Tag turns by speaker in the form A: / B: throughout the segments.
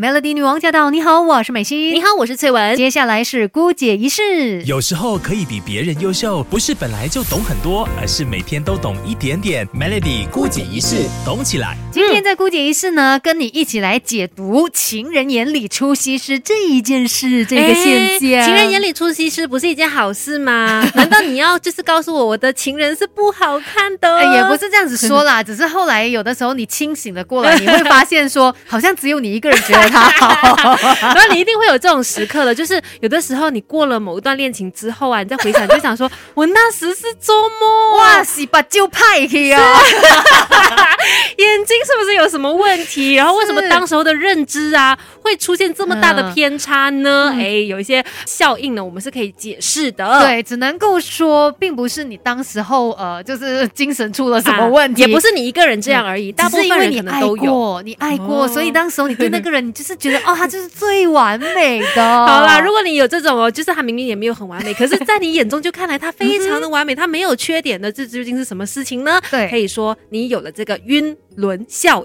A: Melody 女王驾到！你好，我是美心。
B: 你好，我是翠文。
A: 接下来是姑姐仪式。
C: 有时候可以比别人优秀，不是本来就懂很多，而是每天都懂一点点。Melody 姑姐一式，懂起来。
A: 今天在姑姐仪式呢，跟你一起来解读“情人眼里出西施”这一件事，这个现象。
B: 哎情人眼里出西施不是一件好 事吗？难道你要就是告诉我我的情人是不好看的？
A: 哎也不是这样子说 啦，只是后来有的时候你清醒了过来，你会发现说，好像只有你一个人觉得他 好。
B: 然后你一定会有这种时刻的，就是有的时候你过了某一段恋情之后啊，你再回想就想说，我那时是啊做梦
A: 哇，
B: 哇，
A: 洗把就派去啊！
B: 眼睛是不是有什么问题？然后为什么当时候的认知啊会出现这么大的偏差呢？
A: 嗯
B: 哎，有一些效应呢，我们是可以解释的。
A: 对，只能够说，并不是你当时候呃，就是精神出了什么问题，
B: 啊
A: 嗯
B: 也不是你一个人这样而已，大
A: 只
B: 部分
A: 是因为
B: 人
A: 你
B: 可能
A: 爱
B: 都有。
A: 过，你爱过，
B: 哦
A: 所以当时候你对那个人，你就是觉得哦，他就是最完美的。好
B: 好啦，如果你有这种哦，就是他明明也没有很完 美，可是，在你眼中就看来他非常的完美，他没有缺点的，这究竟是什么事情呢？
A: 嗯对
B: 可以说你有了这个晕轮效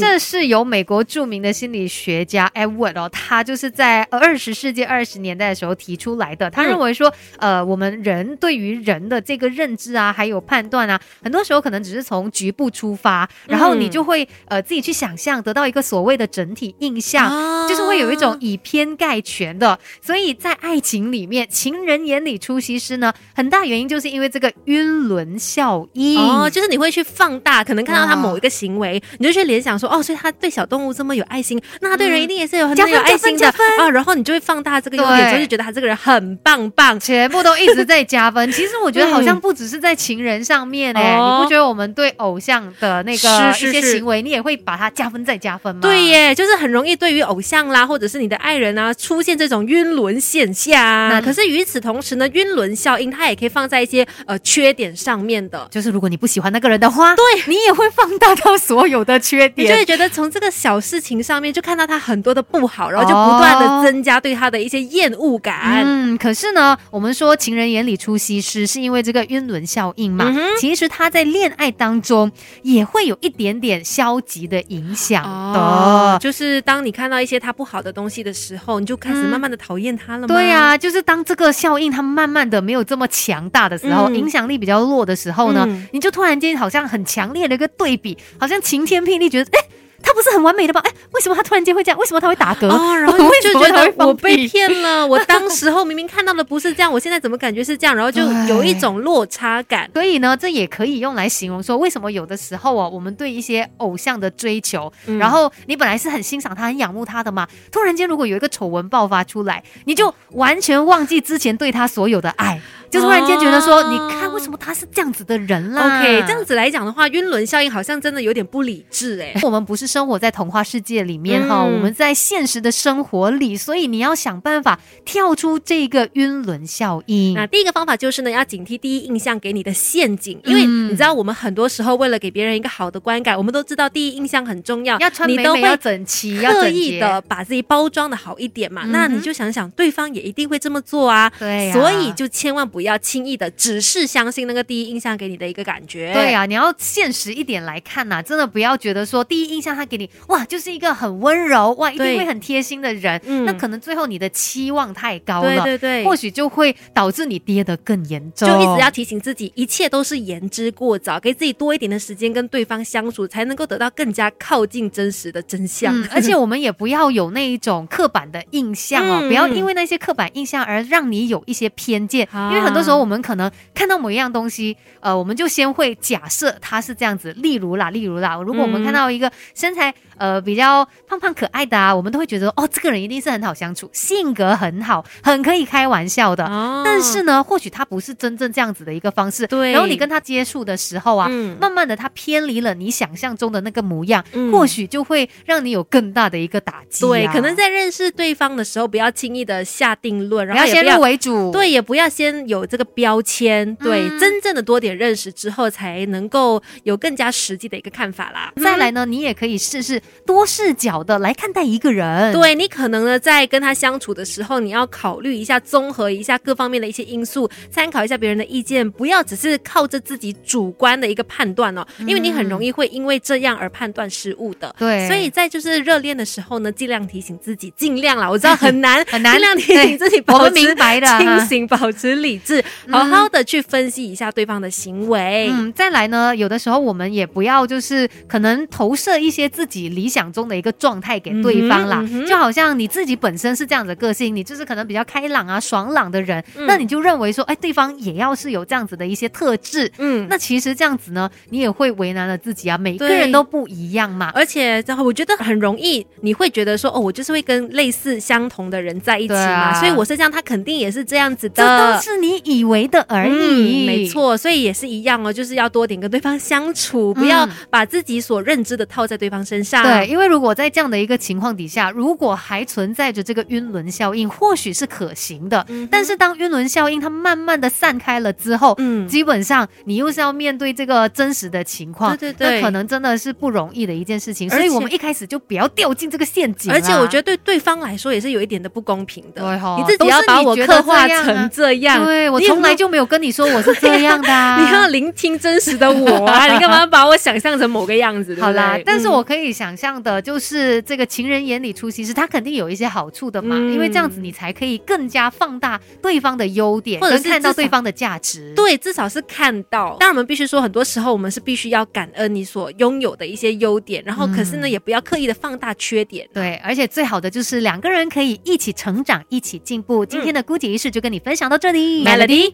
A: 这是由美国著名的心理学家 Edward 哦，他就是在二十世纪二十年代的时候提出来的。
B: 嗯
A: 他认为说，呃，我们人对于人的这个认知啊，还有判断啊，很多时候可能只是从局部出发，然后
B: 嗯
A: 你就会呃自己去想象，得到一个所谓的整体印象。
B: 啊
A: 就是会有一种以偏概全的，所以在爱情里面，情人眼里出西施呢，很大原因就是因为这个晕轮效应。
B: 哦，就是你会去放大，可能看到他某一个行为，
A: 嗯
B: 你就去联想说，哦，所以他对小动物这么有爱心，那他对人一定也是有很
A: 嗯加分
B: 有爱心的
A: 加分加
B: 啊。然后你就会放大这个优
A: 对
B: 点，之后就觉得他这个人很棒棒。
A: 全部都一直在加分。其实我觉得好像不只是在情人上面哎、
B: 嗯哦
A: 你不觉得我们对偶像的那个
B: 是
A: 一
B: 是
A: 些
B: 是
A: 行为，你也会把它加分再加分吗？
B: 对。耶，就是很容易对于偶像啦，或者是你的爱人啊，出现这种晕轮现象。
A: 嗯
B: 可是与此同时呢，晕轮效应它也可以放在一些呃缺点上面的。
A: 就是如果你不喜欢那个人的话，对你也会放大到所有的缺
B: 你就
A: 点
B: 会。觉得从这个小事情上面就看到他很多的不好，然后就不断
A: 哦
B: 的增加对他的一些厌恶感。
A: 嗯，可是呢，我们说情人眼里出西施，是因为这个晕轮效应嘛？
B: 嗯哼
A: 其实他在恋爱当中也会有一点点消极的影响的。
B: 哦，就是当你看到一些他不好的东西的时候，你就开始
A: 嗯
B: 慢慢的讨厌他了吗？
A: 对呀、、就是当这个效应它慢慢的没有这么强大的时候，
B: 嗯
A: 影响力比较弱的时候呢，
B: 嗯
A: 你就突然间好像很强烈的一个对比，好像晴天霹雳，觉得哎。诶他不是很完美的吗？哎，为什么他突然间会这样？为什么他会打嗝？
B: 哦，然后
A: 为
B: 就
A: 什 么
B: 觉
A: 他会
B: 得
A: 放
B: 我被
A: 屁
B: 骗了，我当时候明明看到的不是这样，我现在怎么感觉是这样？然后就有一种落差感。
A: 所以呢，这也可以用来形容说，为什么有的时候啊，我们对一些偶像的追求，
B: 嗯
A: 然后你本来是很欣赏他、很仰慕他的嘛，突然间如果有一个丑闻爆发出来，你就完全忘记之前对他所有的
B: 哎
A: 爱，就突然间觉得说，
B: 哦
A: 你看为什么他是这样子的人啦
B: OK，这样。子来讲的话，晕轮效应好像真的有点不理智哎、
A: 我们不是生活在童话世界里面哈，
B: 嗯
A: 我们在现实的生活里，所以你要想办法跳出这个晕轮效应。
B: 那第一个方法就是呢，要警惕第一印象给你的陷阱，因为
A: 嗯
B: 你知道我们很多时候为了给别人一个好的观感，我们都知道第一印象很重要，
A: 要穿
B: 你
A: 美
B: 都
A: 美，
B: 会
A: 要整齐，要
B: 刻
A: 整
B: 意
A: 洁
B: 的把自己包装的好一点嘛，那
A: 嗯哼
B: 你就想想，对方也一定会这么做啊。
A: 对呀
B: 所以就千万不要轻易的，只是相信那个第一印象给你的一个感觉。
A: 对、啊，你要现实一点来看呐、真的不要觉得说第一印象他给你哇，就是一个很温柔哇，一定
B: 对
A: 会很贴心的人，
B: 嗯
A: 那可能最后你的期望太高
B: 对
A: 了，
B: 对对，
A: 或许就会导致你跌得更严重，
B: 就一直要提醒自己，一切都是言之过早，给自己多一点的时间跟对方相处，才能够得到更加靠近真实的真相。
A: 嗯， 而且我们也不要有那一种刻板的印象哦，
B: 嗯
A: 不要因为那些刻板印象而让你有一些偏见，
B: 啊
A: 因为很多时候我们可能看到某一样东西，呃，我们就先会假设它是这样子。例如啦，例如啦，如果我们
B: 嗯
A: 看到一个身材呃比较胖胖可爱的啊，我们都会觉得哦，这个人一定是很好相处，性格很好，很可以开玩笑的。
B: 哦
A: 但是呢，或许他不是真正这样子的一个方式。
B: 对
A: 然后你跟他接触的时候啊，
B: 嗯
A: 慢慢的他偏离了你想象中的那个模样，
B: 嗯
A: 或许就会让你有更大的一个打击啊、
B: 对，可能在认识对方的时候，不要轻易的下定论，
A: 不
B: 然后
A: 要
B: 也
A: 先
B: 不要
A: 入为主。。
B: 对，也不要先有这个标签，对，
A: 嗯
B: 真正的多点认识之后，才能够有更加实际的一个看法啦。
A: 再来呢，你也可以试试多视角的来看待一个人。
B: 对你可能呢，在跟他相处的时候，你要考虑一下，综合一下各方面的一些因素，参考一下别人的意见，不要只是靠着自己主观的一个判断哦，因为你很容易会因为这样而判断失误的。
A: 嗯对
B: 所以在就是热恋的时候呢，尽量提醒自己，尽量啦，我知道很难
A: 很难
B: 尽量提醒自己
A: 我
B: 保
A: 们
B: 持
A: 明白的哈
B: 清醒，保持理智，好好的去分析一下对方的行为。
A: 嗯，再来呢，有的时候我们也不要就是可能投射一些自己理想中的一个状态给对方啦，
B: 嗯哼嗯哼
A: 就好像你自己本身是这样的个性，你就是可能比较开朗啊、爽朗的人，
B: 嗯
A: 那你就认为说，哎，对方也要是有这样子的一些特质。
B: 嗯
A: 那其实这样子呢，你也会为难了自己啊。每个
B: 对
A: 人都不一样嘛，
B: 而且我觉得很容易，你会觉得说，哦，我就是会跟类似相同的人在一起嘛，
A: 对啊
B: 所以我是这样，他肯定也是这样子
A: 这都
B: 的。
A: 是你以为的而已。
B: 嗯，没。错，所以也是一样哦，就是要多点跟对方相处，不要
A: 嗯
B: 把自己所认知的套在对方身上。
A: 对，，因为如果在这样的一个情况底下，如果还存在着这个晕轮效应，或许是可行的。
B: 嗯哼
A: 但是当晕轮效应它慢慢的散开了之后，
B: 嗯
A: 基本上你又是要面对这个真实的情况，
B: 对对对
A: 那可能真的是不容易的一件事情。
B: 而
A: 所
B: 且
A: 以我们一开始就不要掉进这个陷阱啦。啊
B: 而且我觉
A: 得
B: 得对对方来说也是有一点的不公平的。
A: 对吼
B: 你自己要把我刻画成这样，
A: 啊对我
B: 你有没有。
A: 从来就没有跟你说我是这样的、啊
B: 你要聆听真实的我啊！你干嘛把我想象成某个样子？对不对
A: 好啦，但是
B: 嗯
A: 我可以想象的，就是这个情人眼里出西施，它肯定有一些好处的嘛，
B: 嗯
A: 因为这样子你才可以更加放大对方的优点，
B: 或者
A: 跟
B: 是
A: 看到
B: 至少
A: 对方的价值。
B: 对，至少是看到。当然，我们必须说，很多时候我们是必须要感恩你所拥有的一些优点，然后可是呢，也不要刻意的放大缺点。
A: 对，而且最好的就是两个人可以一起成长，一起进步。今天的姑姐仪式就跟你分享到这里，
B: 嗯 Melody。